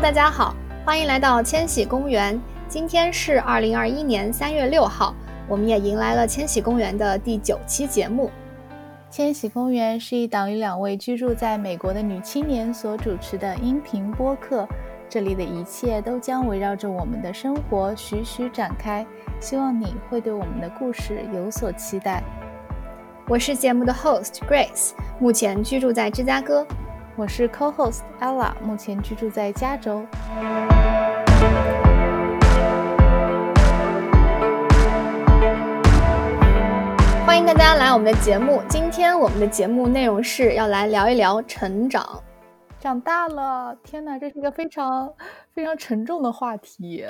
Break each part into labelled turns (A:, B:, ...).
A: 大家好，欢迎来到千禧公园。今天是二零二一年三月六号，我们也迎来了千禧公园的第九期节目。
B: 千禧公园是一档由两位居住在美国的女青年所主持的音频播客，这里的一切都将围绕着我们的生活徐徐展开。希望你会对我们的故事有所期待。
A: 我是节目的 host Grace，目前居住在芝加哥。
B: 我是 co-host Ella，目前居住在加州。
A: 欢迎大家来我们的节目。今天我们的节目内容是要来聊一聊成长。
B: 长大了，天哪，这是一个非常非常沉重的话题。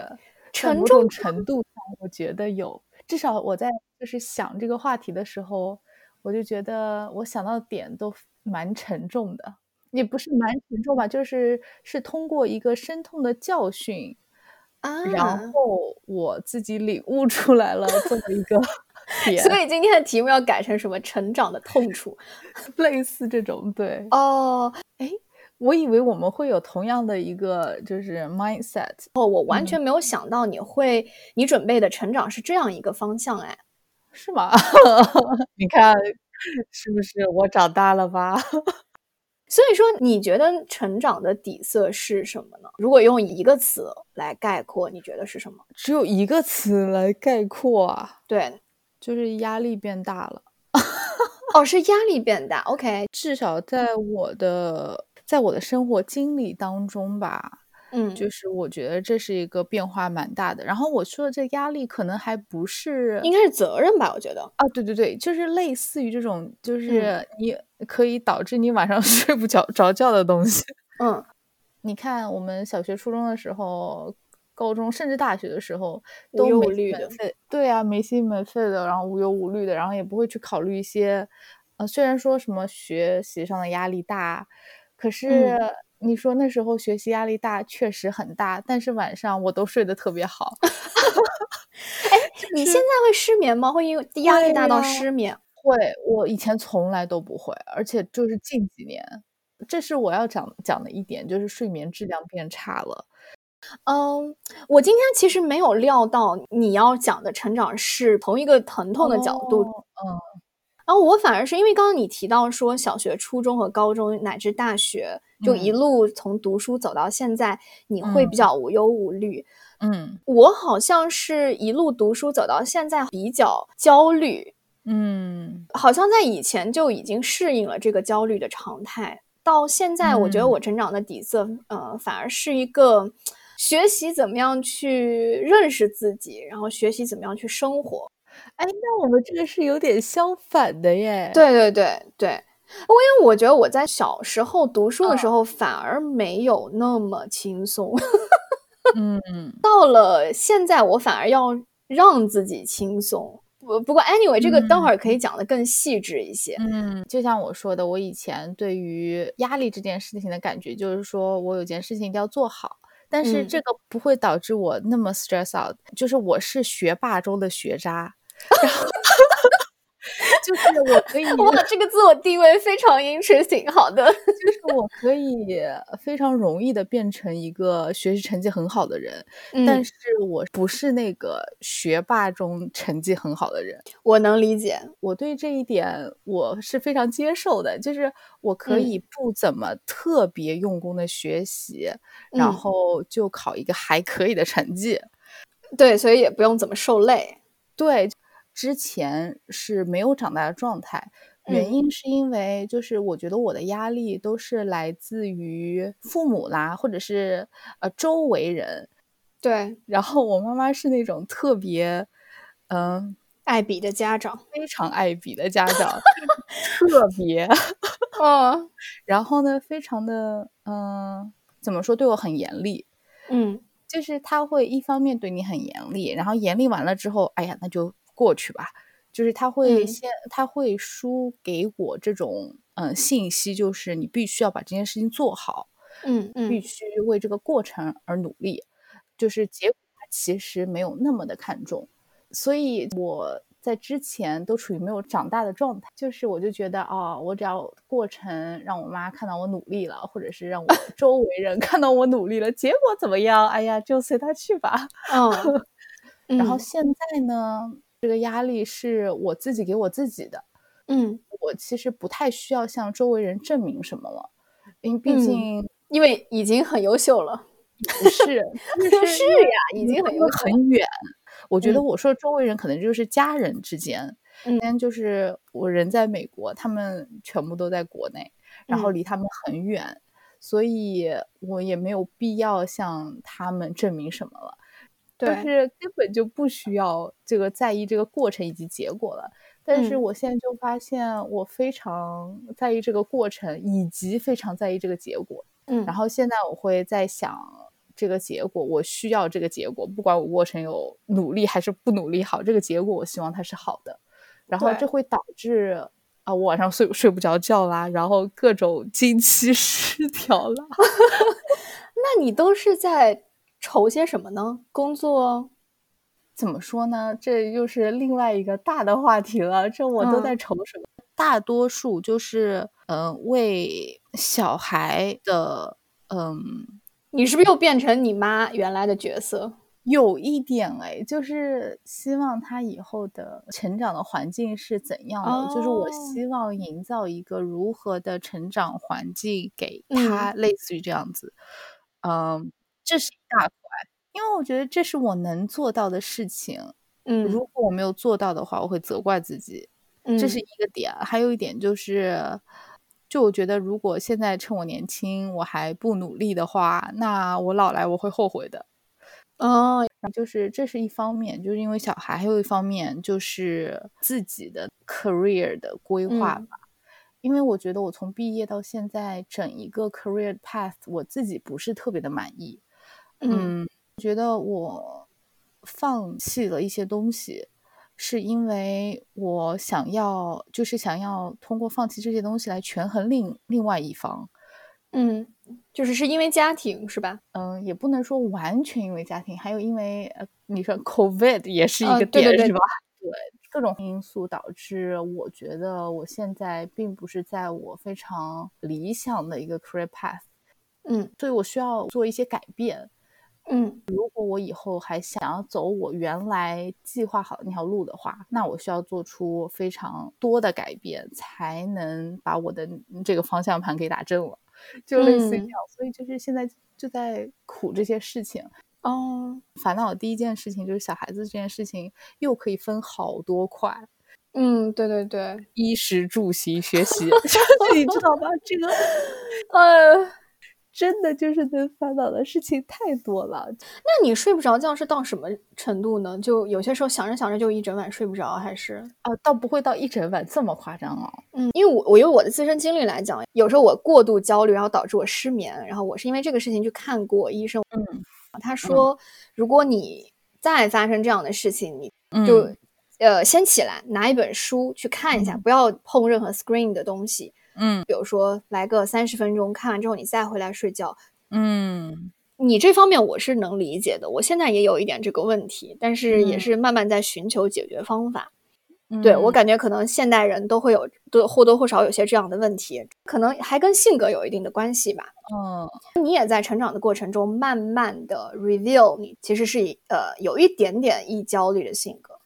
A: 沉
B: 某
A: 重
B: 种程度上，我觉得有。至少我在就是想这个话题的时候，我就觉得我想到的点都蛮沉重的，也不是蛮沉重吧，就是是通过一个深痛的教训，
A: 啊
B: 然后我自己领悟出来了这么一个点，
A: 所以今天的题目要改成什么？成长的痛楚。
B: 类似这种对。
A: 哦，
B: 我以为我们会有同样的一个就是 mindset，
A: 哦，我完全没有想到你会，你准备的成长是这样一个方向哎。
B: 是吗？ 你 看是不是我长大了吧？
A: 所以说，你觉得成长的底色是什么呢？如果用一个词来概括，你觉得是什么？
B: 只有一个词来概括啊，
A: 对，
B: 就是压力变大了。
A: 哦，是压力变大。OK，
B: 至少在我的在我的生活经历当中吧，
A: 嗯，
B: 就是我觉得这是一个变化蛮大的。然后我说的这压力可能还不是
A: 应该是责任吧，我觉得。
B: 啊，对对对，就是类似于这种，就是你可以导致你晚上 睡不着着觉的东西。
A: 嗯，
B: 你看，我们小学、初中的时候，高中甚至大学的时候，
A: 无
B: 都
A: 忧
B: 没
A: 无
B: 心
A: 虑
B: 没
A: 的
B: 肺对啊，没心没肺的，然后无忧无虑的，然后也不会去考虑一些，呃，虽然说什么学习上的压力大，可是
A: 嗯
B: 你说那时候学习压力大，确实很大，但是晚上我都睡得特别好，
A: 你现在会失眠吗？会因为压力
B: 会
A: 大到
B: 呀
A: 失眠？
B: 会，我以前从来都不会，而且就是近几年，这是我要讲讲的一点，就是睡眠质量变差了。
A: 嗯，我今天其实没有料到你要讲的成长是从一个疼痛的角度，
B: 哦，嗯，
A: 然后我反而是因为刚刚你提到说小学、初中和高中乃至大学，就一
B: 嗯
A: 路从读书走到现在，你会比
B: 嗯
A: 较无忧无虑。
B: 嗯
A: 我好像是一路读书走到现在比较焦虑，
B: 嗯
A: 好像在以前就已经适应了这个焦虑的常态。到现在，我觉得
B: 嗯
A: 我成长的底色，呃，反而是一个学习怎么样去认识自己，然后学习怎么样去生活。
B: 哎，那我们这个是有点相反的耶。，
A: 对对对对，我因为我觉得我在小时候读书的时候反而没有那么轻松，
B: 嗯，
A: 到了现在我反而要让自己轻松。不不过 anyway，这个等会儿可以讲的更细致一些。
B: 嗯，就像我说的，我以前对于压力这件事情的感觉，就是说我有件事情一定要做好，但是
A: 嗯
B: 这个不会导致我那么 stress out，就是我是学霸中的学渣，然 后就是我可以，
A: 哇，这个自我定位非常 interesting。好 的，
B: 就是我可以非常容易的变成一个学习成绩很好的人，但
A: 嗯，
B: 是我不是那个学霸中成绩很好的人。
A: 我能理解。
B: 我对这一点我是非常接受的，就是我
A: 嗯
B: 可以不怎么特别用功的学习，然
A: 嗯
B: 后就考一个还可以的成绩。
A: 对，所以也不用怎么受累。
B: 对，之前是没有长大的状态，原
A: 嗯
B: 因是因为就是我觉得我的压力都是来自于父母啦，或者是呃周围人。
A: 对，
B: 然后我妈妈是那种特别，嗯、
A: 爱比的家 长。
B: 非常爱比的家长，特别
A: 嗯
B: 然后呢，非常的嗯、呃怎么说，对我很严厉，
A: 嗯
B: 就是他会一方面对你很严厉，然后严厉完了之后，哎呀，那就过去吧。就是他会
A: 嗯
B: 先，他会输给我这种嗯、呃信息，就是你必须要把这件事情做好，
A: 嗯
B: 必
A: 嗯
B: 须为这个过程而努力，就是结果他其实没有那么的看重，所以我在之前都处于没有长大的状态，就是我就觉得哦，我只要过程让我妈看到我努力了，或者是让 我周围人看到我努力了，结果怎么样？哎呀，就随他去吧。
A: 嗯，
B: 然后现在呢，这个压力是我自己给我自己的，
A: 嗯，
B: 我其实不太需要向周围人证明什么了，因为
A: 嗯
B: 毕竟
A: 因为已经很优秀了，
B: 不是
A: 是呀，已经很
B: 因为
A: 优秀了，
B: 很远。我觉得
A: 嗯
B: 我说周围人可能就是家人之间，
A: 嗯
B: 但就是我人在美国，他们全部都在国内，然后
A: 嗯
B: 离他们很远，所以我也没有必要向他们证明什么了。就
A: 对，
B: 是根本就不需要这个在意这个过程以及结果了。但是
A: 嗯
B: 我现在就发现，我非常在意这个过程，以及非常在意这个结果。
A: 嗯，
B: 然后现在我会在想这个结果，我需要这个结果，不管我过程有努力还是不努力好，这个结果我希望它是好的。然后
A: 对
B: 这会导致啊，我晚上睡睡不着觉啦，然后各种经期 失调啦。
A: 那你都是在愁些什么呢？工作？
B: 怎么说呢？这又是另外一个大的话题了。这我都
A: 嗯
B: 在愁什么？大多数就是，嗯、为小孩的，嗯、
A: 你是不是又变成你妈原来的角色？
B: 有一点哎，就是希望他以后的成长的环境是怎样的？就是我
A: 哦
B: 希望营造一个如何的成长环境给
A: 嗯
B: 他，类似于这样子。嗯，这是一大块，因为我觉得这是我能做到的事情。
A: 嗯，
B: 如果我没有做到的话，我会责怪自己，这
A: 嗯
B: 是一个点。还有一点就是，就我觉得如果现在趁我年轻我还不努力的话，那我老来我会后悔的。
A: 哦，
B: 就是这是一方面，就是因为小孩，还有一方面就是自己的 career 的规划吧。
A: 嗯
B: 因为我觉得我从毕业到现在整一个 career path，我自己不是特别的满意。
A: 嗯
B: 嗯，觉得我放弃了一些东西，是因为我想要，就是想要通过放弃这些东西来权衡另另外一方。
A: 嗯，就是是因为家庭是吧？
B: 嗯，也不能说完全因为家庭，还有因为呃，你说 COVID 也是一
A: 呃
B: 个
A: 对
B: 点、
A: 对对
B: 是吧？对，各种因素导致，我觉得我现在并不是在我非常理想的一个 career path，
A: 嗯
B: 所以我需要做一些改变。
A: 嗯
B: 如果我以后还想要走我原来计划好的那条路的话，那我需要做出非常多的改变，才能把我的这个方向盘给打正了，就类似于这
A: 嗯
B: 样。所以就是现在就在苦这些事情，
A: 哦
B: 烦恼的第一件事情就是小孩子这件事情，又可以分好多块，
A: 嗯，对对对，
B: 衣食住行、学习，就是 你知道吧？这 个
A: 呃，
B: 真的就是能烦恼的事情太多了。
A: 那你睡不着觉是到什么程度呢？就有些时候想着想着就一整晚睡不着，还是？
B: 啊，倒不会到一整晚这么夸张哦。
A: 嗯，因为我我用我的自身经历来讲，有时候我过度焦虑，然后导致我失眠，然后我是因为这个事情去看过医生，
B: 嗯
A: 他说，如果你再发生这样的事情，你
B: 嗯
A: 就、呃先起来拿一本书去看一下，
B: 嗯
A: 不要碰任何 screen 的东西，
B: 嗯
A: 比如说来个三十分钟，看完之后你再回来睡觉。
B: 嗯
A: 你这方面我是能理解的，我现在也有一点这个问题，但是也
B: 嗯
A: 是慢慢在寻求解决方法。
B: 嗯，
A: 对我感觉可能现代人都会有多或多或少有些这样的问题，可能还跟性格有一定的关系吧。
B: 嗯
A: 你也在成长的过程中，慢慢的 reveal 你其实是一呃有一点点易焦虑的性格。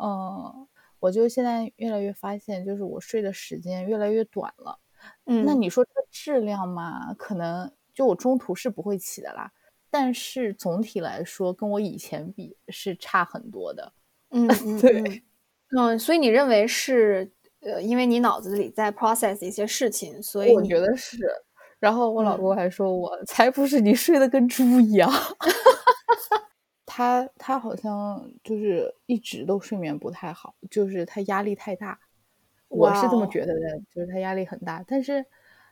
B: 嗯，我就现在越来越发现，就是我睡的时间越来越短了。
A: 嗯，
B: 那你说这个质量嘛，可能就我中途是不会起的啦，但是总体来说跟我以前比是差很多的。
A: 嗯嗯
B: 对
A: 嗯嗯，所以你认为是呃，因为你脑子里在 process 一些事情，所以
B: 我
A: 你
B: 觉得是。然后我老
A: 嗯
B: 公还说我、才不是，你睡得跟猪一样。 他他好像就是一直都睡眠不太好，就是他压力太大。我是这
A: 哇
B: 么
A: 哦
B: 觉得的，就是他压力很大，但是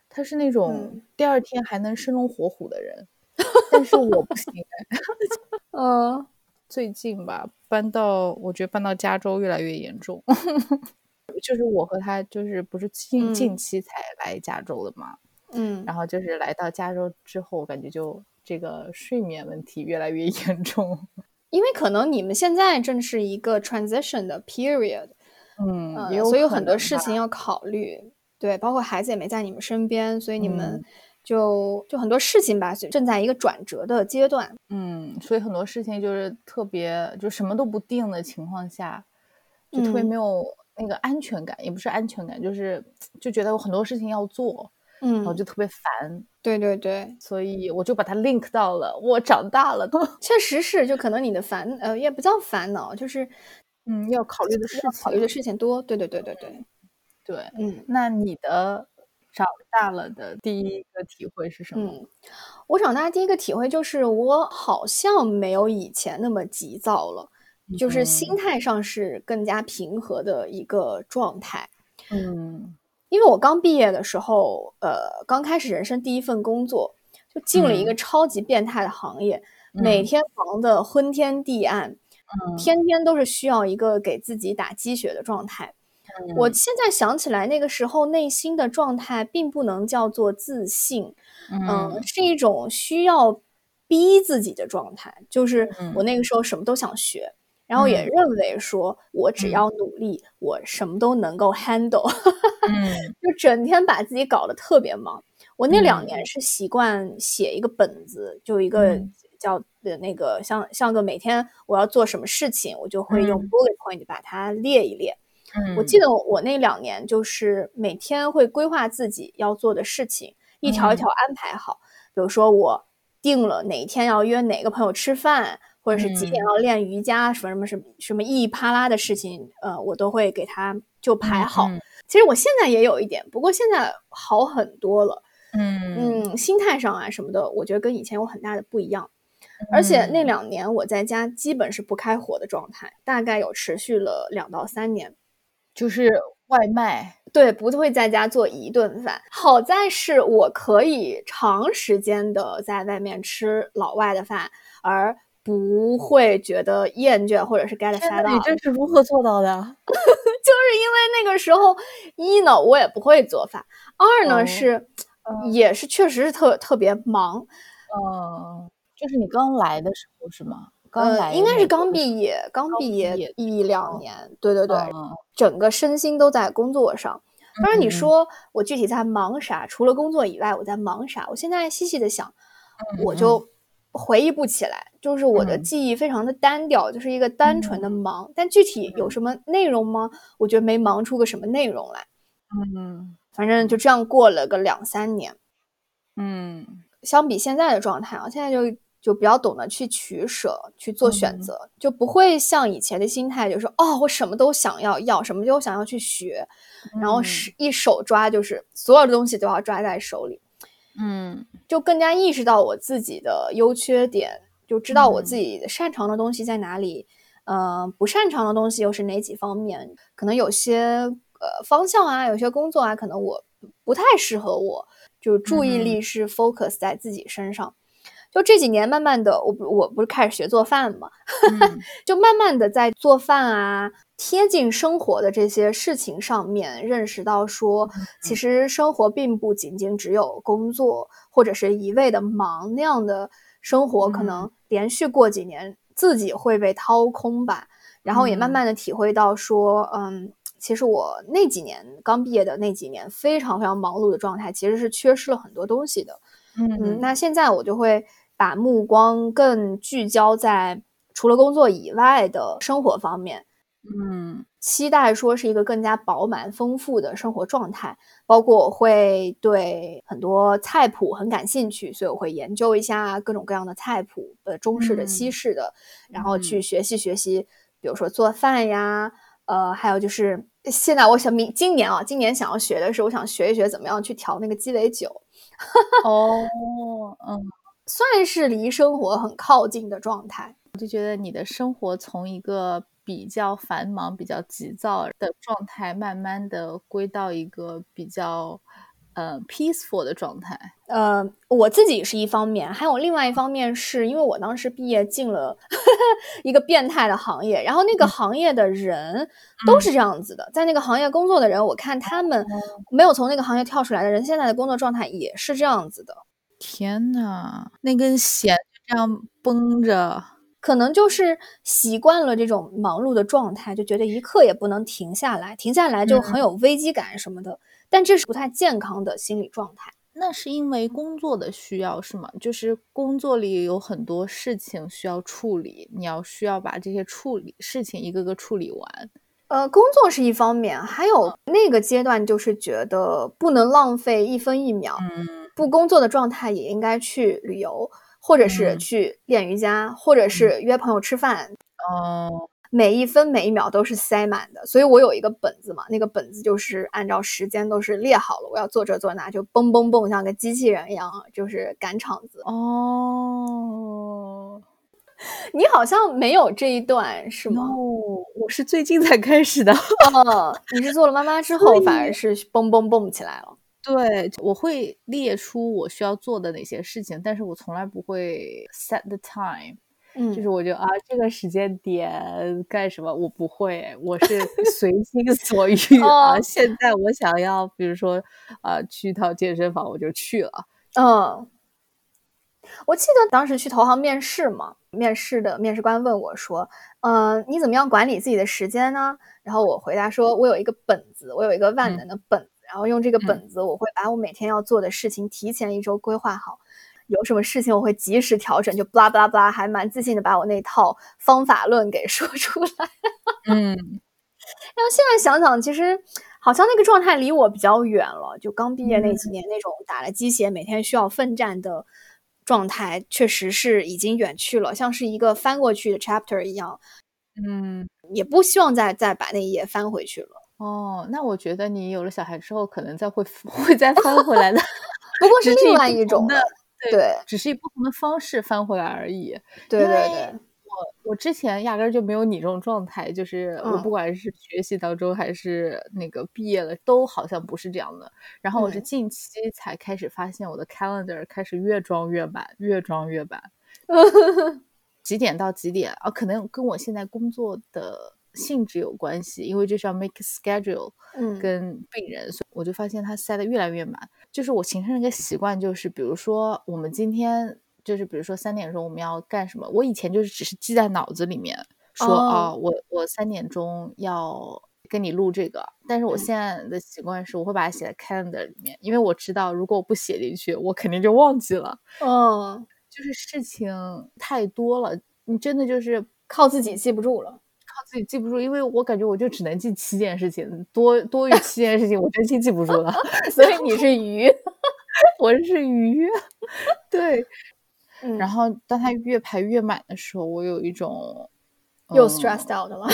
B: 他是那种
A: 嗯
B: 第二天还能生龙活虎的人， 但是我不行。
A: 呃，
B: 最近吧，搬到我觉得搬到加州越来越严重。 就是我和他就是不是近近
A: 嗯
B: 期才来加州的嘛，
A: 嗯
B: 然后就是来到加州之后，我感觉就这个睡眠问题越来越严重。
A: 因为可能你们现在正是一个 transition 的 period，
B: 嗯，
A: 嗯
B: 也有
A: 所以有
B: 可
A: 很多
B: 能
A: 事
B: 吧
A: 情要考虑，对，包括孩子也没在你们身边，所以你们
B: 嗯
A: 就、就很多事情吧，所以正在一个转折的阶段。
B: 嗯，所以很多事情就是特别，就什么都不定的情况下，就特别
A: 嗯
B: 没有那个安全感，也不是安全感，就是就觉得有很多事情要做，然后
A: 嗯，
B: 就特别烦，
A: 对对对，
B: 所以我就把它 link 到了我长大了的，
A: 确实是，就可能你的烦呃也不叫烦恼，就是
B: 嗯，要考虑的事
A: 要考虑
B: 情
A: 的事情多。对对对对对，
B: 对，
A: 嗯
B: 那你的长大了的第一个体会是什么？
A: 嗯。我长大第一个体会就是我好像没有以前那么急躁了，就是心
B: 嗯
A: 态上是更加平和的一个状态。
B: 嗯
A: 因为我刚毕业的时候，呃，刚开始人生第一份工作，就进了一个
B: 嗯
A: 超级变态的行业，每
B: 嗯
A: 天忙得昏天地暗，天天都是需要一个给自己打鸡血的状态。我
B: 嗯
A: 现在想起来，那个时候内心的状态并不能叫做自信，嗯，
B: 嗯
A: 是一种需要逼自己的状态。就是我
B: 嗯
A: 那个时候什么都想学，然后也
B: 嗯
A: 认为说我只
B: 嗯
A: 要努力，我什么都能够 handle，
B: 嗯
A: 就整天把自己搞得特别忙。我那两
B: 嗯
A: 年是习惯写一个本子，就一个
B: 嗯
A: 叫的那个像像个每天我要做什么事情，我就会用
B: 嗯
A: bullet point 把它列一列。 我记
B: 嗯
A: 得我我那两年就是每天会规划自己要做的事情，一条一条
B: 嗯
A: 安排好。比如说我定了哪一天要约哪个朋友吃饭，或者是几点
B: 嗯
A: 要练瑜伽，什么什么什么什么一啪啦的事情，呃，我都会给他就排
B: 嗯
A: 好。
B: 嗯
A: 其实我现在也有一点，不过现在好很多了。
B: 嗯
A: 嗯，心态上啊什么的，我觉得跟以前有很大的不一样。而且那
B: 嗯
A: 两年我在家基本是不开火的状态，大概有持续了两到三年。
B: 就是外卖，
A: 对，不会在家做一顿饭。好在是我可以长时间的在外面吃老外的饭，而不会觉得厌倦或者是 get
B: 天呐，
A: fed
B: 你
A: up。
B: 这是如何做到的？啊
A: 就是因为那个时候，一呢我也不会做饭，二呢
B: 哦，
A: 是也是确实是特特别忙，
B: 嗯，就是你刚来的时候是吗？刚
A: 呃，应该
B: 来
A: 是
B: 美国
A: 刚
B: 的时
A: 毕业，刚
B: 候，刚
A: 毕
B: 毕
A: 业
B: 业的时
A: 一两
B: 候，
A: 年，对对对，
B: 嗯
A: 整个身心都在工作上。当然，你
B: 嗯
A: 说我具体在忙啥？除了工作以外，我在忙啥？我现在细细的想，我
B: 嗯
A: 就回忆不起来，就是我的
B: 嗯
A: 记忆非常的单调，就是一个单纯的
B: 嗯
A: 忙。但具体有什么内容吗？我觉得没忙出个什么内容来。
B: 嗯
A: 反正就这样过了个两三年。
B: 嗯
A: 相比现在的状态啊，现在就就比较懂得去取舍，去做选
B: 嗯
A: 择，就不会像以前的心态，就是哦，我什么都想要，要什么都想要去学，然后
B: 嗯
A: 是一手抓，就是所有的东西都要抓在手里，
B: 嗯
A: 就更加意识到我自己的优缺点，就知道我自
B: 嗯
A: 己的擅长的东西在哪里，嗯、不擅长的东西又是哪几方面，可能有些呃方向啊，有些工作啊，可能我不太适合我，就注意
B: 嗯
A: 力是 focus 在自己身上。就这几年，慢慢的，我不我不是开始学做饭嘛，
B: 嗯
A: 就慢慢的在做饭啊、贴近生活的这些事情上面，认识到说，
B: 嗯
A: 其实生活并不仅仅只有工作或者是一味的忙那样的生活，可
B: 嗯
A: 能连续过几年自己会被掏空吧。然后也慢
B: 嗯
A: 慢的体会到说，嗯，其实我那几年刚毕业的那几年非常非常忙碌的状态，其实是缺失了很多东西的。嗯，那
B: 嗯
A: 现在我就会把目光更聚焦在除了工作以外的生活方面，
B: 嗯
A: 期待说是一个更加饱满丰富的生活状态。包括我会对很多菜谱很感兴趣，所以我会研究一下各种各样的菜谱，呃，中式的、西
B: 嗯
A: 式的，然后去
B: 嗯
A: 学习学习，比如说做饭呀，呃，还有就是现在我想明今年啊，今年想要学的是，我想学一学怎么样去调那个鸡尾酒。
B: 哦，嗯，
A: 算是离生活很靠近的状态。
B: 我就觉得你的生活从一个比较繁忙、比较急躁的状态，慢慢的归到一个比较呃 peaceful 的状态。
A: 呃，我自己是一方面，还有另外一方面是因为我当时毕业进了 一个变态的行业，然后那个行业的人都是
B: 嗯
A: 这样子的，在那个行业工作的人，我看他们没有从那个行业跳出来的人，现在的工作状态也是这样子的。
B: 天呐，那根弦就这样绷着，
A: 可能就是习惯了这种忙碌的状态，就觉得一刻也不能停下来，停下来就很有危机感什么的。但这是不太健康的心理状态。
B: 那是因为工作的需要是吗？就是工作里有很多事情需要处理，你要需要把这些处理事情一个个处理完。
A: 呃，工作是一方面，还
B: 嗯
A: 有那个阶段就是觉得不能浪费一分一秒，
B: 嗯
A: 不工作的状态也应该去旅游，或者是
B: 嗯
A: 去练瑜伽，或者是约朋友吃饭，
B: 哦，
A: 每一分每一秒都是塞满的。所以我有一个本子嘛，那个本子就是按照时间都是列好了，我要做这做那，就蹦蹦蹦，像个机器人一样，就是赶场子。
B: 哦，
A: 你好像没有这一段是吗？
B: 哦，我是最近才开始的。
A: 嗯，你是做了妈妈之后，反而是蹦蹦蹦起来了。
B: 对，我会列出我需要做的哪些事情，但是我从来不会 set the time，
A: 嗯，
B: 就是我觉得啊，这个时间点干什么，我不会，我是随心所欲啊。
A: 哦
B: 现在我想要，比如说啊，去一趟健身房，我就去了。
A: 嗯，我记得当时去投行面试嘛，面试的面试官问我说：“嗯、你怎么样管理自己的时间呢？”然后我回答说：“我有一个本子，我有一个万能的本子，然后用这个本子，我会把我每天要做的事情提前一周规划好。”有什么事情我会及时调整，就 blah blah blah，还蛮自信的把我那套方法论给说出来。
B: 嗯，
A: 然后现在想想，其实好像那个状态离我比较远了。就刚毕业那几年，那种打了鸡血，每天需要奋战的状态，确实是已经远去了，像是一个翻过去的 chapter 一样，
B: 嗯，
A: 也不希望再再把那一页翻回去了。
B: 哦，那我觉得你有了小孩之后，可能再会会再翻 回来的，
A: 不过是
B: 只是
A: 另
B: 以
A: 外一
B: 不同
A: 种
B: 的
A: 了，对
B: 只是以不同的方式翻回来而已。
A: 对对
B: 因为
A: 对，
B: 我我之前压根儿就没有你这种状态，就是我
A: 嗯
B: 不管是学习当中还是那个毕业了，都好像不是这样的。然后我是
A: 嗯
B: 近期才开始发现我的 calendar 开始越装越满，越装越 满，几点到几点啊？可能跟我现在工作的性质有关系，因为就是要 make a schedule
A: 嗯
B: 跟病人，所以我就发现它塞得越来越满。就是我形成了一个习惯，就是比如说我们今天就是比如说三点钟我们要干什么，我以前就是只是记在脑子里面说啊、
A: 哦
B: 我我三点钟要。跟你录这个，但是我
A: 嗯
B: 现在的习惯是，我会把它写在 calendar 里面，因为我知道如果我不写进去，我肯定就忘记了。
A: 嗯，
B: 就是事情太多了，你真的就是靠
A: 靠自己记不住了。
B: 自己记不住，因为我感觉我就只能记七件事情，多多于七件事情我真心记不住了。
A: 所以你是鱼，
B: 我 是鱼，对。
A: 嗯，
B: 然后当它越排越满的时候，我有一种
A: 又
B: 嗯
A: stressed out 了。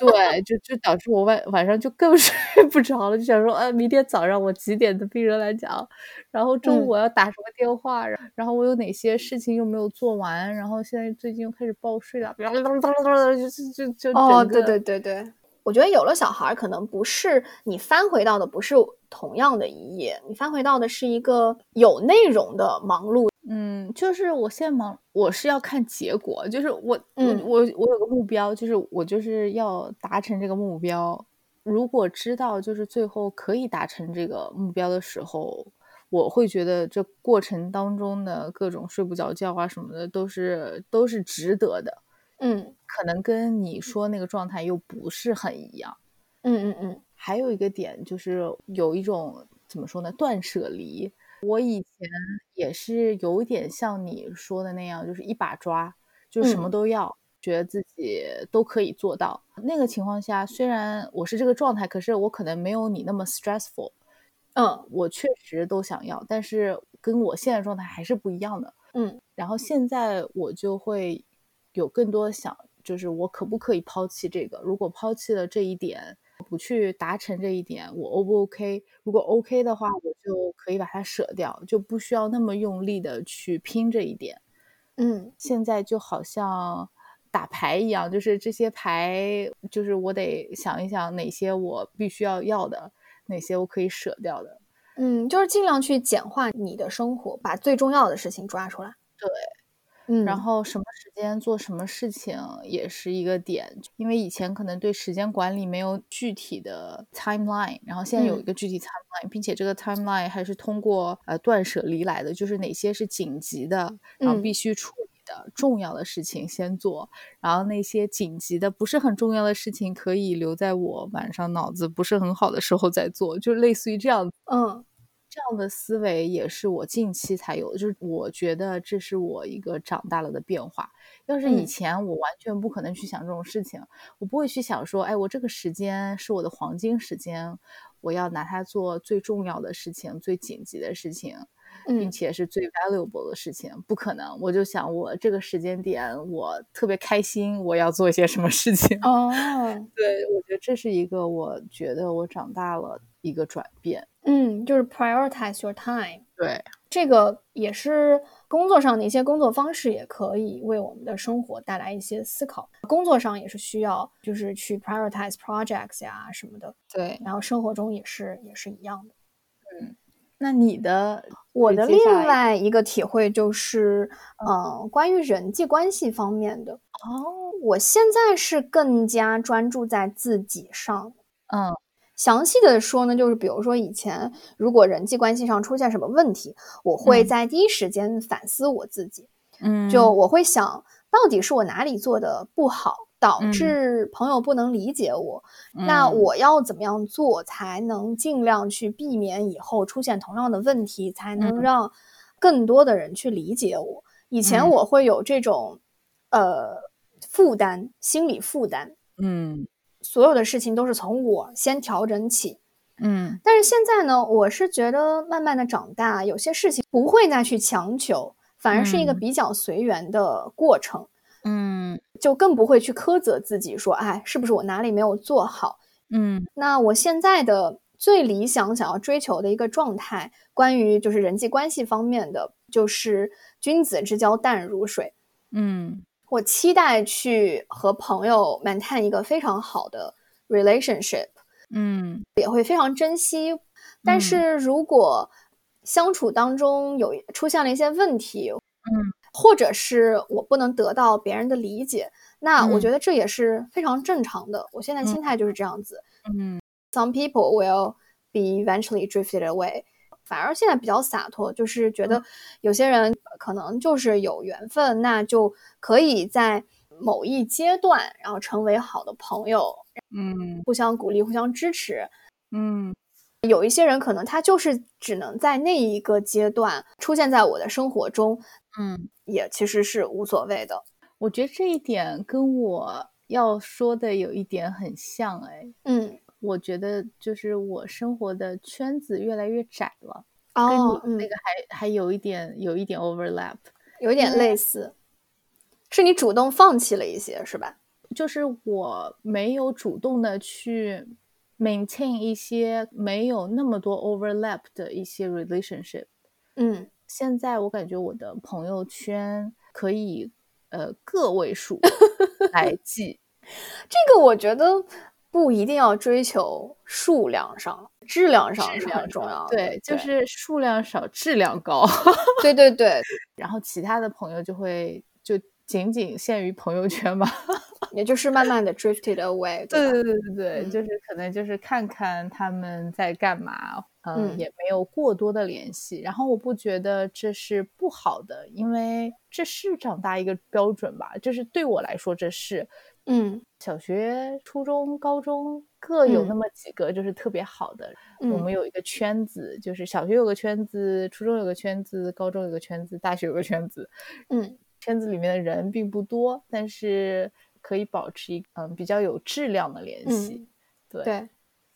B: 对，就就导致我晚晚上就更 睡不着了，就想说，呃，明天早上我几点的病人来讲，然后中
A: 嗯
B: 午我要打什么电话，然然后我有哪些事情又没有做完，然后现在最近又开始报税了，就就就就
A: 哦，
B: 整
A: 对
B: 个
A: 对对对，我觉得有了小孩，儿，可能不是你翻回到的不是同样的一页，你翻回到的是一个有内容的忙碌。
B: 嗯，就是我现在忙，我是要看结果，就是我我
A: 嗯
B: 我我有个目标，就是我就是要达成这个目标。如果知道就是最后可以达成这个目标的时候，我会觉得这过程当中的各种睡不着觉啊什么的，都是都是值得的。
A: 嗯
B: 可能跟你说那个状态又不是很一样。
A: 嗯嗯嗯，
B: 还有一个点就是有一种怎么说呢，断舍离。我以前也是有一点像你说的那样，就是一把抓，就什么
A: 嗯
B: 都要，觉得自己都可以做到。那个情况下，虽然我是这个状态，可是我可能没有你那么 stressful，
A: 嗯
B: 我确实都想要，但是跟我现在状态还是不一样的。
A: 嗯
B: 然后现在我就会有更多想，就是我可不可以抛弃这个？如果抛弃了这一点，不去达成这一点，我 O 不 OK？如果 OK 的话，我就可以把它舍掉，就不需要那么用力的去拼这一点。
A: 嗯
B: 现在就好像打牌一样，就是这些牌，就是我得想一想哪些我必须要要的，哪些我可以舍掉的。
A: 嗯，就是尽量去简化你的生活，把最重要的事情抓出来。
B: 对，
A: 嗯，
B: 然后什么时间做什么事情也是一个点，因为以前可能对时间管理没有具体的 timeline，然后现在有一
A: 嗯
B: 个具体 timeline，、并且这个 timeline 还是通过呃断舍离来的，就是哪些是紧急的，然后
A: 嗯
B: 必须处理的，的重要的事情先做，然后那些紧急的不是很重要的事情可以留在我晚上脑子不是很好的时候再做，就类似于这样。
A: 嗯，
B: 这样的思维也是我近期才有的，就是我觉得这是我一个长大了的变化。要是以
A: 嗯
B: 前，我完全不可能去想这种事情，我不会去想说，哎，我这个时间是我的黄金时间，我要拿它做最重要的事情、最紧急的事情，并
A: 嗯
B: 且是最 valuable 的事情，不可能。我就想，我这个时间点，我特别开心，我要做一些什么事情。
A: 哦，
B: 对，我觉得这是一个我觉得我长大了一个转变。
A: 嗯，就是 prioritize your time，
B: 对，
A: 这个也是工作上的一些工作方式，也可以为我们的生活带来一些思考。工作上也是需要，就是去 prioritize projects 呀什么的，
B: 对，
A: 然后生活中也是也是一样的。
B: 那你的
A: 我的
B: 接
A: 另
B: 下来
A: 外一个体会就是，嗯、关于人际关系方面的，
B: 哦，
A: 我现在是更加专注在自己上。
B: 嗯
A: 详细的说呢，就是比如说以前如果人际关系上出现什么问题，我会
B: 嗯
A: 在第一时间反思我自己，
B: 嗯，
A: 就我会想到底是我哪里做的不好，导
B: 嗯
A: 致朋友不能理解我，那
B: 嗯
A: 我要怎么样做才能尽量去避免以后出现同样的问题，才能
B: 嗯
A: 让更多的人去理解我？以前
B: 嗯
A: 我会有这种呃负担，心理负担，
B: 嗯
A: 所有的事情都是从我先调整起。
B: 嗯
A: 但是现在呢，我是觉得慢慢的长大，有些事情不会再去强求，反而是一个
B: 嗯
A: 比较随缘的过程。
B: 嗯
A: 就更不会去苛责自己，说，哎，是不是我哪里没有做好？
B: 嗯
A: 那我现在的最理想想要追求的一个状态，关于就是人际关系方面的，就是君子之交淡如水。
B: 嗯
A: 我期待去和朋友 maintain 一个非常好的 relationship，
B: 嗯
A: 也会非常珍惜。但
B: 嗯
A: 是如果相处当中有出现了一些问题，
B: 嗯
A: 或者是我不能得到别人的理解，那我
B: 嗯
A: 觉得这也是非常正常的。我现在
B: 嗯
A: 心态就是这样子。
B: 嗯
A: some people will be eventually drifted away。反而现在比较洒脱，就是
B: 嗯
A: 觉得有些人可能就是有缘分，那就可以在某一阶段，然后成为好的朋友，
B: 嗯
A: 互相鼓励，互相支持。
B: 嗯
A: 有一些人可能他就是只能在那一个阶段出现在我的生活中，
B: 嗯，
A: 也其实是无所谓的。
B: 我觉得这一点跟我要说的有一点很像哎，
A: 嗯，
B: 我觉得就是我生活的圈子越来越窄了，跟你
A: 哦，
B: 那
A: 嗯
B: 个，还还有一点有一点 overlap。
A: 有点
B: 因为
A: 类似，是你主动放弃了一些，是吧？
B: 就是我没有主动的去 maintain 一些没有那么多 overlap 的一些 relationship。
A: 嗯，
B: 现在我感觉我的朋友圈可以呃个位 数来记，
A: 这个我觉得不一定要追求数量上，质量上
B: 质
A: 是
B: 量
A: 很重
B: 少
A: 要的。
B: 对，就是数量少，质量高。
A: 对对对，
B: 然后其他的朋友就会就仅仅限于朋友圈吧。
A: 也就是慢慢的 drifted away，
B: 对
A: 吧？
B: 对对对对，
A: 嗯
B: 就是可能就是看看他们在干嘛，嗯，
A: 嗯
B: 也没有过多的联系。然后我不觉得这是不好的，因为这是长大一个标准吧，就是对我来说这是。
A: 嗯
B: 小学、初中、高中各有那
A: 嗯
B: 么几个，就是特别好的。我们
A: 嗯
B: 有一个圈子，就是小学有个圈子，初中有个圈子，高中有个圈子，大学有个圈子。
A: 嗯
B: 圈子里面的人并不多，但是可以保持一嗯比较有质量的联系。
A: 嗯，
B: 对，
A: 对，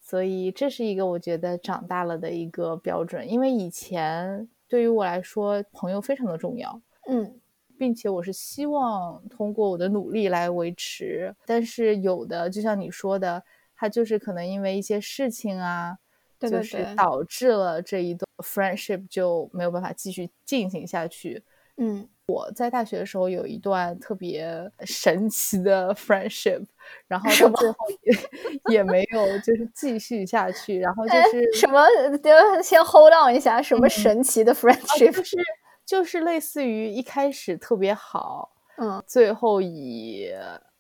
B: 所以这是一个我觉得长大了的一个标准，因为以前对于我来说，朋友非常的重要。
A: 嗯
B: 并且我是希望通过我的努力来维持，但是有的就像你说的，他就是可能因为一些事情啊，
A: 对
B: 就
A: 对
B: 是
A: 对，
B: 导致了这一段 friendship 就没有办法继续进行下去。
A: 嗯
B: 我在大学的时候有一段特别神奇的 friendship，然后
A: 是
B: 到
A: 吗
B: 最后也 也没有就是继续下去，然后就
A: 哎
B: 是
A: 什么？等先 hold on 一下，什么神奇的
B: 啊
A: friendship？
B: 就是就是类似于一开始特别好，
A: 嗯，
B: 最后以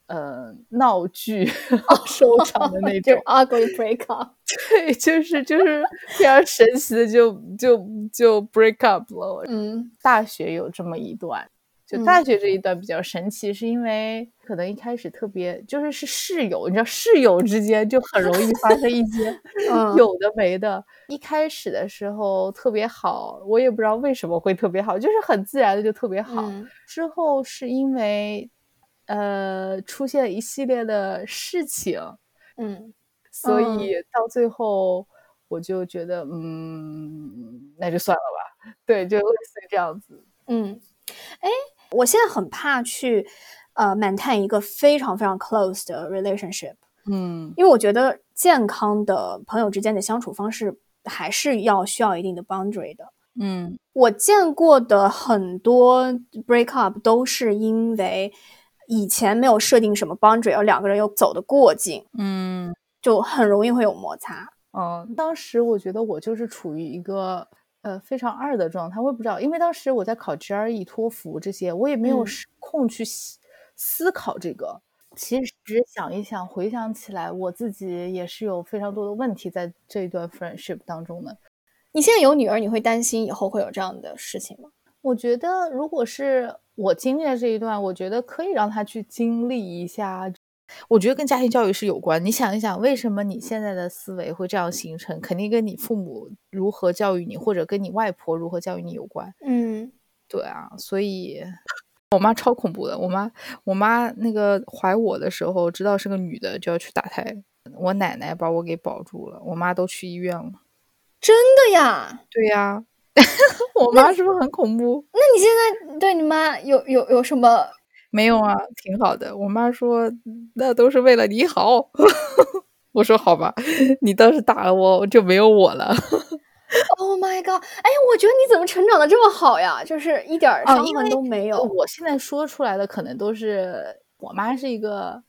B: 呃闹剧 收场的那
A: 就是
B: 种，
A: ugly breakup。
B: 哦对，就是就是非常神奇的就就就 break up 了。
A: 嗯
B: 大学有这么一段，就大学这一段比较神奇，是因为可能一开始特别就是是室友，你知道室友之间就很容易发生一些
A: 嗯
B: 有的没的。一开始的时候特别好，我也不知道为什么会特别好，就是很自然的就特别好。
A: 嗯
B: 之后是因为呃出现一系列的事情，
A: 嗯
B: 所
A: 嗯
B: 以到最后我就觉得嗯，那就算了吧。对，就类似于这样子。
A: 嗯，哎，我现在很怕去呃满探一个非常非常 close 的 relationship，
B: 嗯
A: 因为我觉得健康的朋友之间的相处方式还是要需要一定的 boundary 的。
B: 嗯
A: 我见过的很多 break up 都是因为以前没有设定什么 boundary，而两个人又走得过近，
B: 嗯。
A: 就很容易会有摩擦。
B: 嗯，当时我觉得我就是处于一个呃非常二的状态，我也不知道，因为当时我在考 GRE、托福这些，我也没有
A: 嗯
B: 时空去思思考这个。其实想一想，回想起来，我自己也是有非常多的问题在这一段 friendship 当中的。
A: 你现在有女儿，你会担心以后会有这样的事情吗？
B: 我觉得，如果是我经历了这一段，我觉得可以让他去经历一下。我觉得跟家庭教育是有关。你想一想，为什么你现在的思维会这样形成，肯定跟你父母如何教育你，或者跟你外婆如何教育你有关。
A: 嗯，
B: 对啊，所以我妈超恐怖的。我妈，我妈那个怀我的时候，知道是个女的就要去打胎。我奶奶把我给保住了，我妈都去医院了。
A: 真的呀？
B: 对呀、 我妈是不是很恐怖？
A: 那你现嗯在对你妈有有有什么？
B: 没有啊，挺好的。我妈说那都是为了你好。 我说好吧，你当时打了我就没有我了。
A: Oh my god！哎，我觉得你怎么成长的这么好呀？就是一点儿
B: 哦
A: 伤
B: 因
A: 痕
B: 为
A: 都没有。
B: 我现在说出来的可能都是我妈是一个，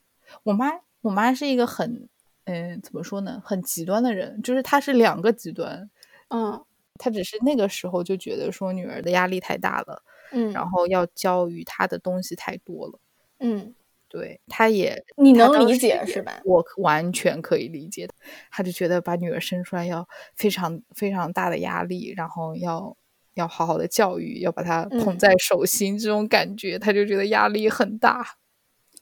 B: 我妈我妈是一个很，嗯，怎么说呢，很极端的人，就是她是两个极端。
A: 嗯
B: 她只是那个时候就觉得说女儿的压力太大了，
A: 嗯，
B: 然后要教育她的东西太多了。
A: 嗯，
B: 对，她也
A: 你
B: 他
A: 能
B: 当
A: 理
B: 时
A: 解
B: 也
A: 是吧？
B: 我可完全可以理解，他就觉得把女儿生出来要非常非常大的压力，然后要要好好的教育，要把她捧
A: 嗯
B: 在手心，这种感觉他就觉得压力很大。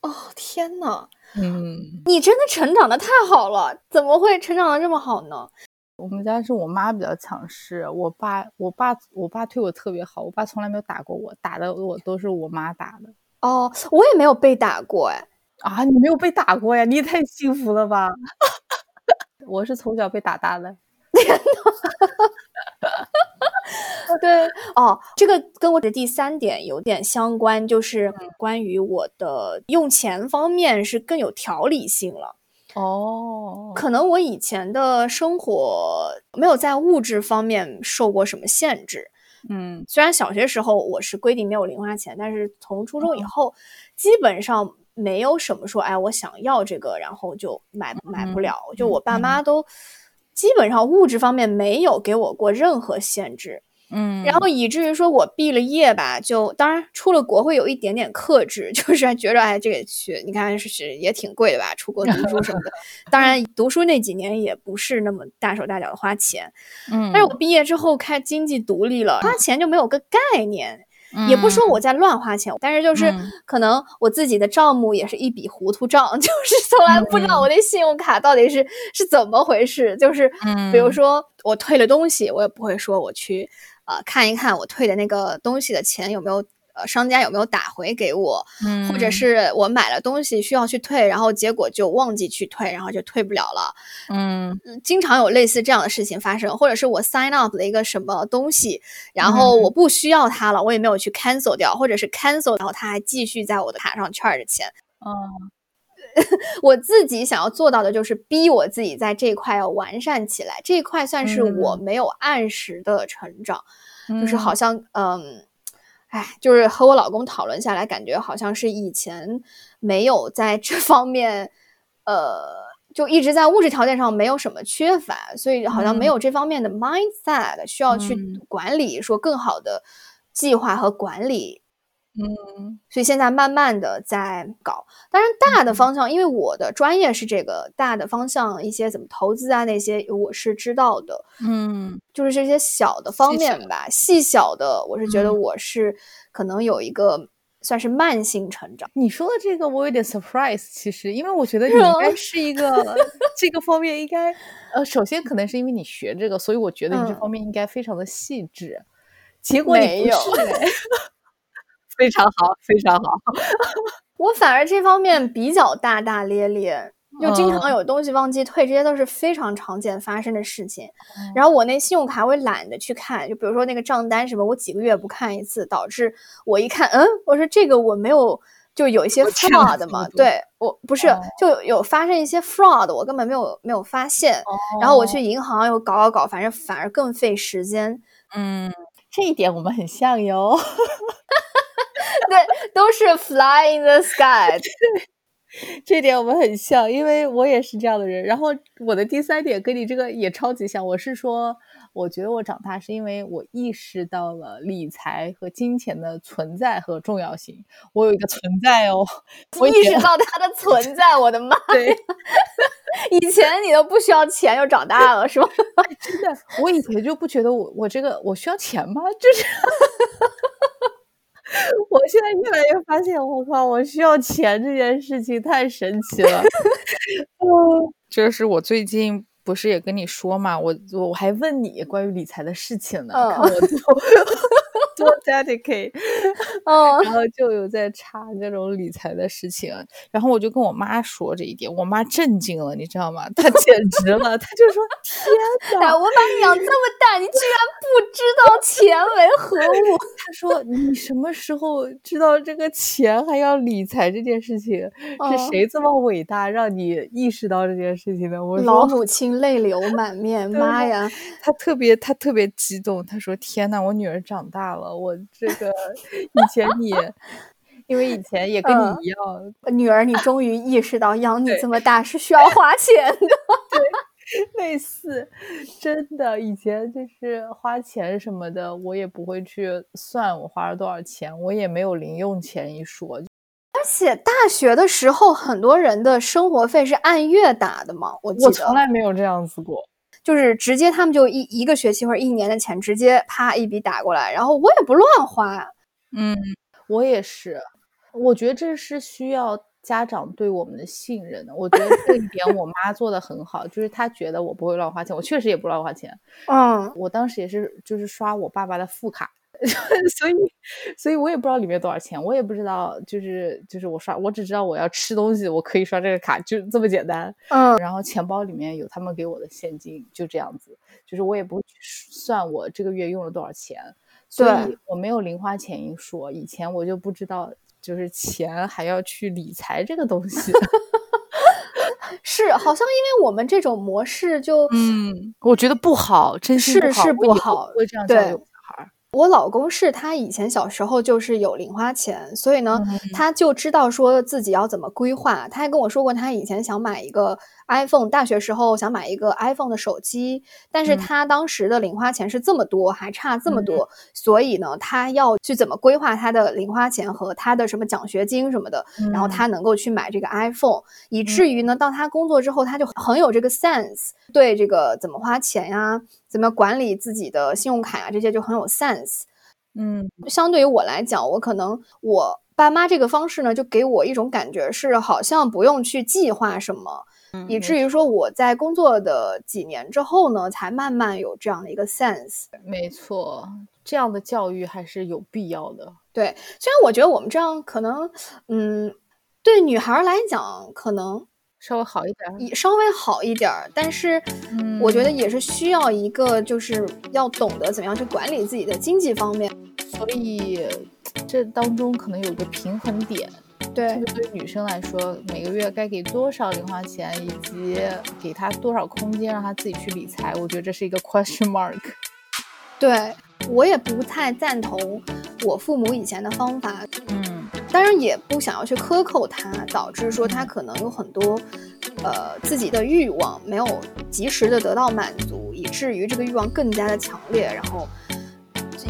A: 哦天呐，
B: 嗯，
A: 你真的成长的太好了，怎么会成长的这么好呢？
B: 我们家是我妈比较强势，我爸我爸我爸对我特别好，我爸从来没有打过我，打的我都是我妈打的。
A: 哦，我也没有被打过哎。
B: 啊，你没有被打过呀？你也太幸福了吧！ 我是从小被打大的。
A: 对，哦，这个跟我的第三点有点相关，就是关于我的用钱方面是更有条理性了。
B: 哦，
A: 可能我以前的生活没有在物质方面受过什么限制，
B: 嗯
A: 虽然小学时候我是规定没有零花钱，但是从初中以后，基本上没有什么说，哎，我想要这个，然后就买买不了。就我爸妈都基本上物质方面没有给我过任何限制，
B: 嗯，
A: 然后以至于说我毕了业吧，就当然出了国会有一点点克制， 就是还觉得哎，这个去你看是是也挺贵的吧，出国读书什么 的。当然读书那几年也不是那么大手大脚的花钱，
B: 嗯，
A: 但是我毕业之后开经济独立了，花钱就没有个概念，也不说我在乱花钱，但是就是
B: 嗯
A: 可能我自己的账目也是一笔糊涂账， 就是从来不知
B: 嗯
A: 道我的信用卡到底是是怎么回事。就是比如
B: 嗯
A: 说我退了东西，我也不会说我去呃看一看我退的那个东西的钱有没有。呃，商家有没有打回给我，
B: 嗯，
A: 或者是我买了东西需要去退，然后结果就忘记去退，然后就退不了了。
B: 嗯
A: 嗯经常有类似这样的事情发生，或者是我 sign up 了一个什么东西，然后我不需要它了，我也没有去 cancel 掉，或者是 cancel，然后它还继续在我的卡上 charge 钱。
B: 哦
A: 我自己想要做到的就是逼我自己在这一块要完善起来，这一块算是我没有按时的成长，就是好像嗯。哎，就是和我老公讨论下来，感觉好像是以前没有在这方面，呃，就一直在物质条件上没有什么缺乏，所以好像没
B: 嗯
A: 有这方面的 mindset 需要去
B: 嗯
A: 管理，说更好的计划和管理
B: 嗯
A: 所以现在慢慢的在搞。当然，大的方向，因为我的专业是这个大的方向，一些怎么投资啊那些我是知道的，
B: 嗯
A: 就是这些小的方
B: 细
A: 面吧，细小的，我是觉得
B: 嗯
A: 我是可能有一个算是慢性成长。
B: 你说的这个我有点 surprise，其实因为我觉 得你应该是一个这个方面应该，呃，首先可能是因为你学这个，所以我觉得你这
A: 嗯
B: 方面应该非常的细致。结果你
A: 没
B: 不
A: 有
B: 是哎 非常好，非常好。
A: 我反而这方面比较大大咧咧，就经常
B: 嗯
A: 有东西忘记退，这些都是非常常见发生的事情。
B: 嗯
A: 然后我那信用卡我也懒得去看，就比如说那个账单什么，我几个月不看一次，导致我一看，嗯，我说这个我没有，就有一些
B: 我欠了
A: fraud
B: 这么
A: 嘛，
B: 多
A: 对我不是
B: 哦
A: 就有有发生一些 fraud，我根本没有没有发现。然后我
B: 哦
A: 去银行又搞搞搞，反正反而更费时间。
B: 嗯，这一点我们很像哟。
A: 对，都是 fly in the sky，
B: 这点我们很像，因为我也是这样的人。然后我的第三点跟你这个也超级像，我是说，我觉得我长大是因为我意识到了理财和金钱的存在和重要性。我有一个存在哦，我以
A: 意识
B: 前
A: 到它的存在。我的妈！
B: 对，
A: 以前你都不需要钱，又长大了是 吧？
B: 真的，我以前就不觉得我我这个我需要钱吗？就是。 我现在越来越发现，我靠，我需要钱这件事情太神奇了。嗯这是我最近不是也跟你说嘛，我我我还问你关于理财的事情呢，
A: 嗯
B: 看我 多多 dedicate，
A: 嗯
B: 然后就有在查各种理财的事情，然后我就跟我妈说这一点，我妈震惊了，你知道吗？她简直了，她就说
A: 哎，
B: 天哪！
A: 我把你养这么大，你居然不知道钱为何物？
B: 她说你什么时候知道这个钱还要理财这件事情？是
A: 嗯
B: 谁这么伟大让你意识到这件事情的？我
A: 老
B: 说
A: 母亲泪流满面，
B: 对
A: 妈呀！
B: 他特别他特别激动，他说：“天呐，我女儿长大了，我这个以前也，因为以前也跟
A: 嗯
B: 你一样，
A: 女儿，你终于意识到养你
B: 对
A: 这么大是需要花钱 的。
B: 类似，真的以前就是花钱什么的，我也不会去算我花了多少钱，我也没有零用钱一说。
A: 而且大学的时候，很多人的生活费是按月打的嘛，我记
B: 我
A: 得
B: 从来没有这样子过。
A: 就是直接他们就一一个学期或者一年的钱直接啪一笔打过来，然后我也不乱花。
B: 嗯，我也是，我觉得这是需要家长对我们的信任的。我觉得这一点我妈做的很好，就是她觉得我不会乱花钱，我确实也不乱花钱。
A: 嗯，
B: 我当时也是就是刷我爸爸的副卡， 所以所以我也不知道里面多少钱，我也不知道就是就是我刷，我只知道我要吃东西，我可以刷这个卡，就这么简单。
A: 嗯，
B: 然后钱包里面有他们给我的现金，就这样子，就是我也不会去算我这个月用了多少钱，所
A: 对
B: 以我没有零花钱一说，以前我就不知道。就是钱还要去理财这个东西，
A: 是，好像因为我们这种模式就，
B: 嗯，我觉得不好，真心
A: 是是不
B: 不
A: 好
B: 好，我以后不会这样教
A: 对
B: 育我小孩儿。
A: 我老公是他以前小时候就是有零花钱，所以呢，
B: 嗯
A: 他就知道说自己要怎么规划。他还跟我说过，他以前想买一个 iPhone，大学时候想买一个 iPhone 的手机，但是
B: 嗯
A: 他当时的零花钱是这么多，还差这么多，所以呢，他要去怎么规划他的零花钱和他的什么奖学金什么的，然后
B: 嗯
A: 他能够去买这个 iPhone，以至于呢，到他工作之后，他就很有这个 sense，对这个怎么花钱呀、怎么管理自己的信用卡呀、这些就很有 sense。
B: 嗯
A: 相对于我来讲，我可能我爸妈这个方式呢，就给我一种感觉是好像不用去计划什么，以至于说我在工作的几年之后呢，才慢慢有这样的一个 sense。
B: 没错，这样的教育还是有必要的。
A: 对，虽然我觉得我们这样可能，嗯，对女孩儿来讲可能
B: 稍微好一点儿，
A: 也稍微好一点儿，但是我觉得也是需要一个，就是要懂得怎么样去管理自己的经济方面。
B: 所以这当中可能有一个平衡点，这
A: 对
B: 个，对于女生来说，每个月该给多少零花钱，以及给她多少空间让她自己去理财，我觉得这是一个 question mark。
A: 对我也不太赞同我父母以前的方法，
B: 嗯
A: 当然也不想要去克扣他，导致说他可能有很多，呃，自己的欲望没有及时的得到满足，以至于这个欲望更加的强烈，然后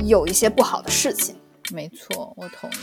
A: 有一些不好的事情。
B: 没错，我同意。